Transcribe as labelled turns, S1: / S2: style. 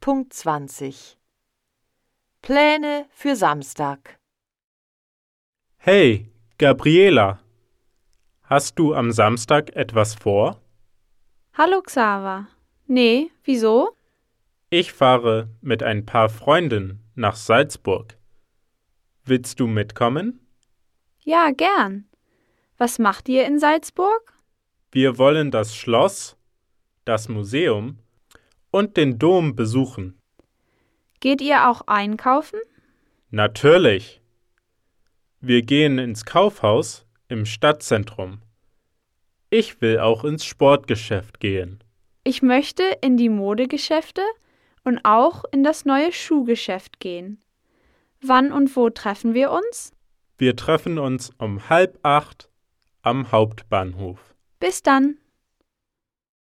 S1: 8.20 Pläne für Samstag.
S2: Hey, Gabriela. Hast du am Samstag etwas vor?
S3: Hallo Xaver. Nee, wieso?
S2: Ich fahre mit ein paar Freunden nach Salzburg. Willst du mitkommen?
S3: Ja, gern. Was macht ihr in Salzburg?
S2: Wir wollen das Schloss, das Museum und den Dom besuchen.
S3: Geht ihr auch einkaufen?
S2: Natürlich. Wir gehen ins Kaufhaus im Stadtzentrum. Ich will auch ins Sportgeschäft gehen.
S3: Ich möchte in die Modegeschäfte und auch in das neue Schuhgeschäft gehen. Wann und wo treffen wir uns?
S2: Wir treffen uns um halb acht am Hauptbahnhof.
S3: Bis dann.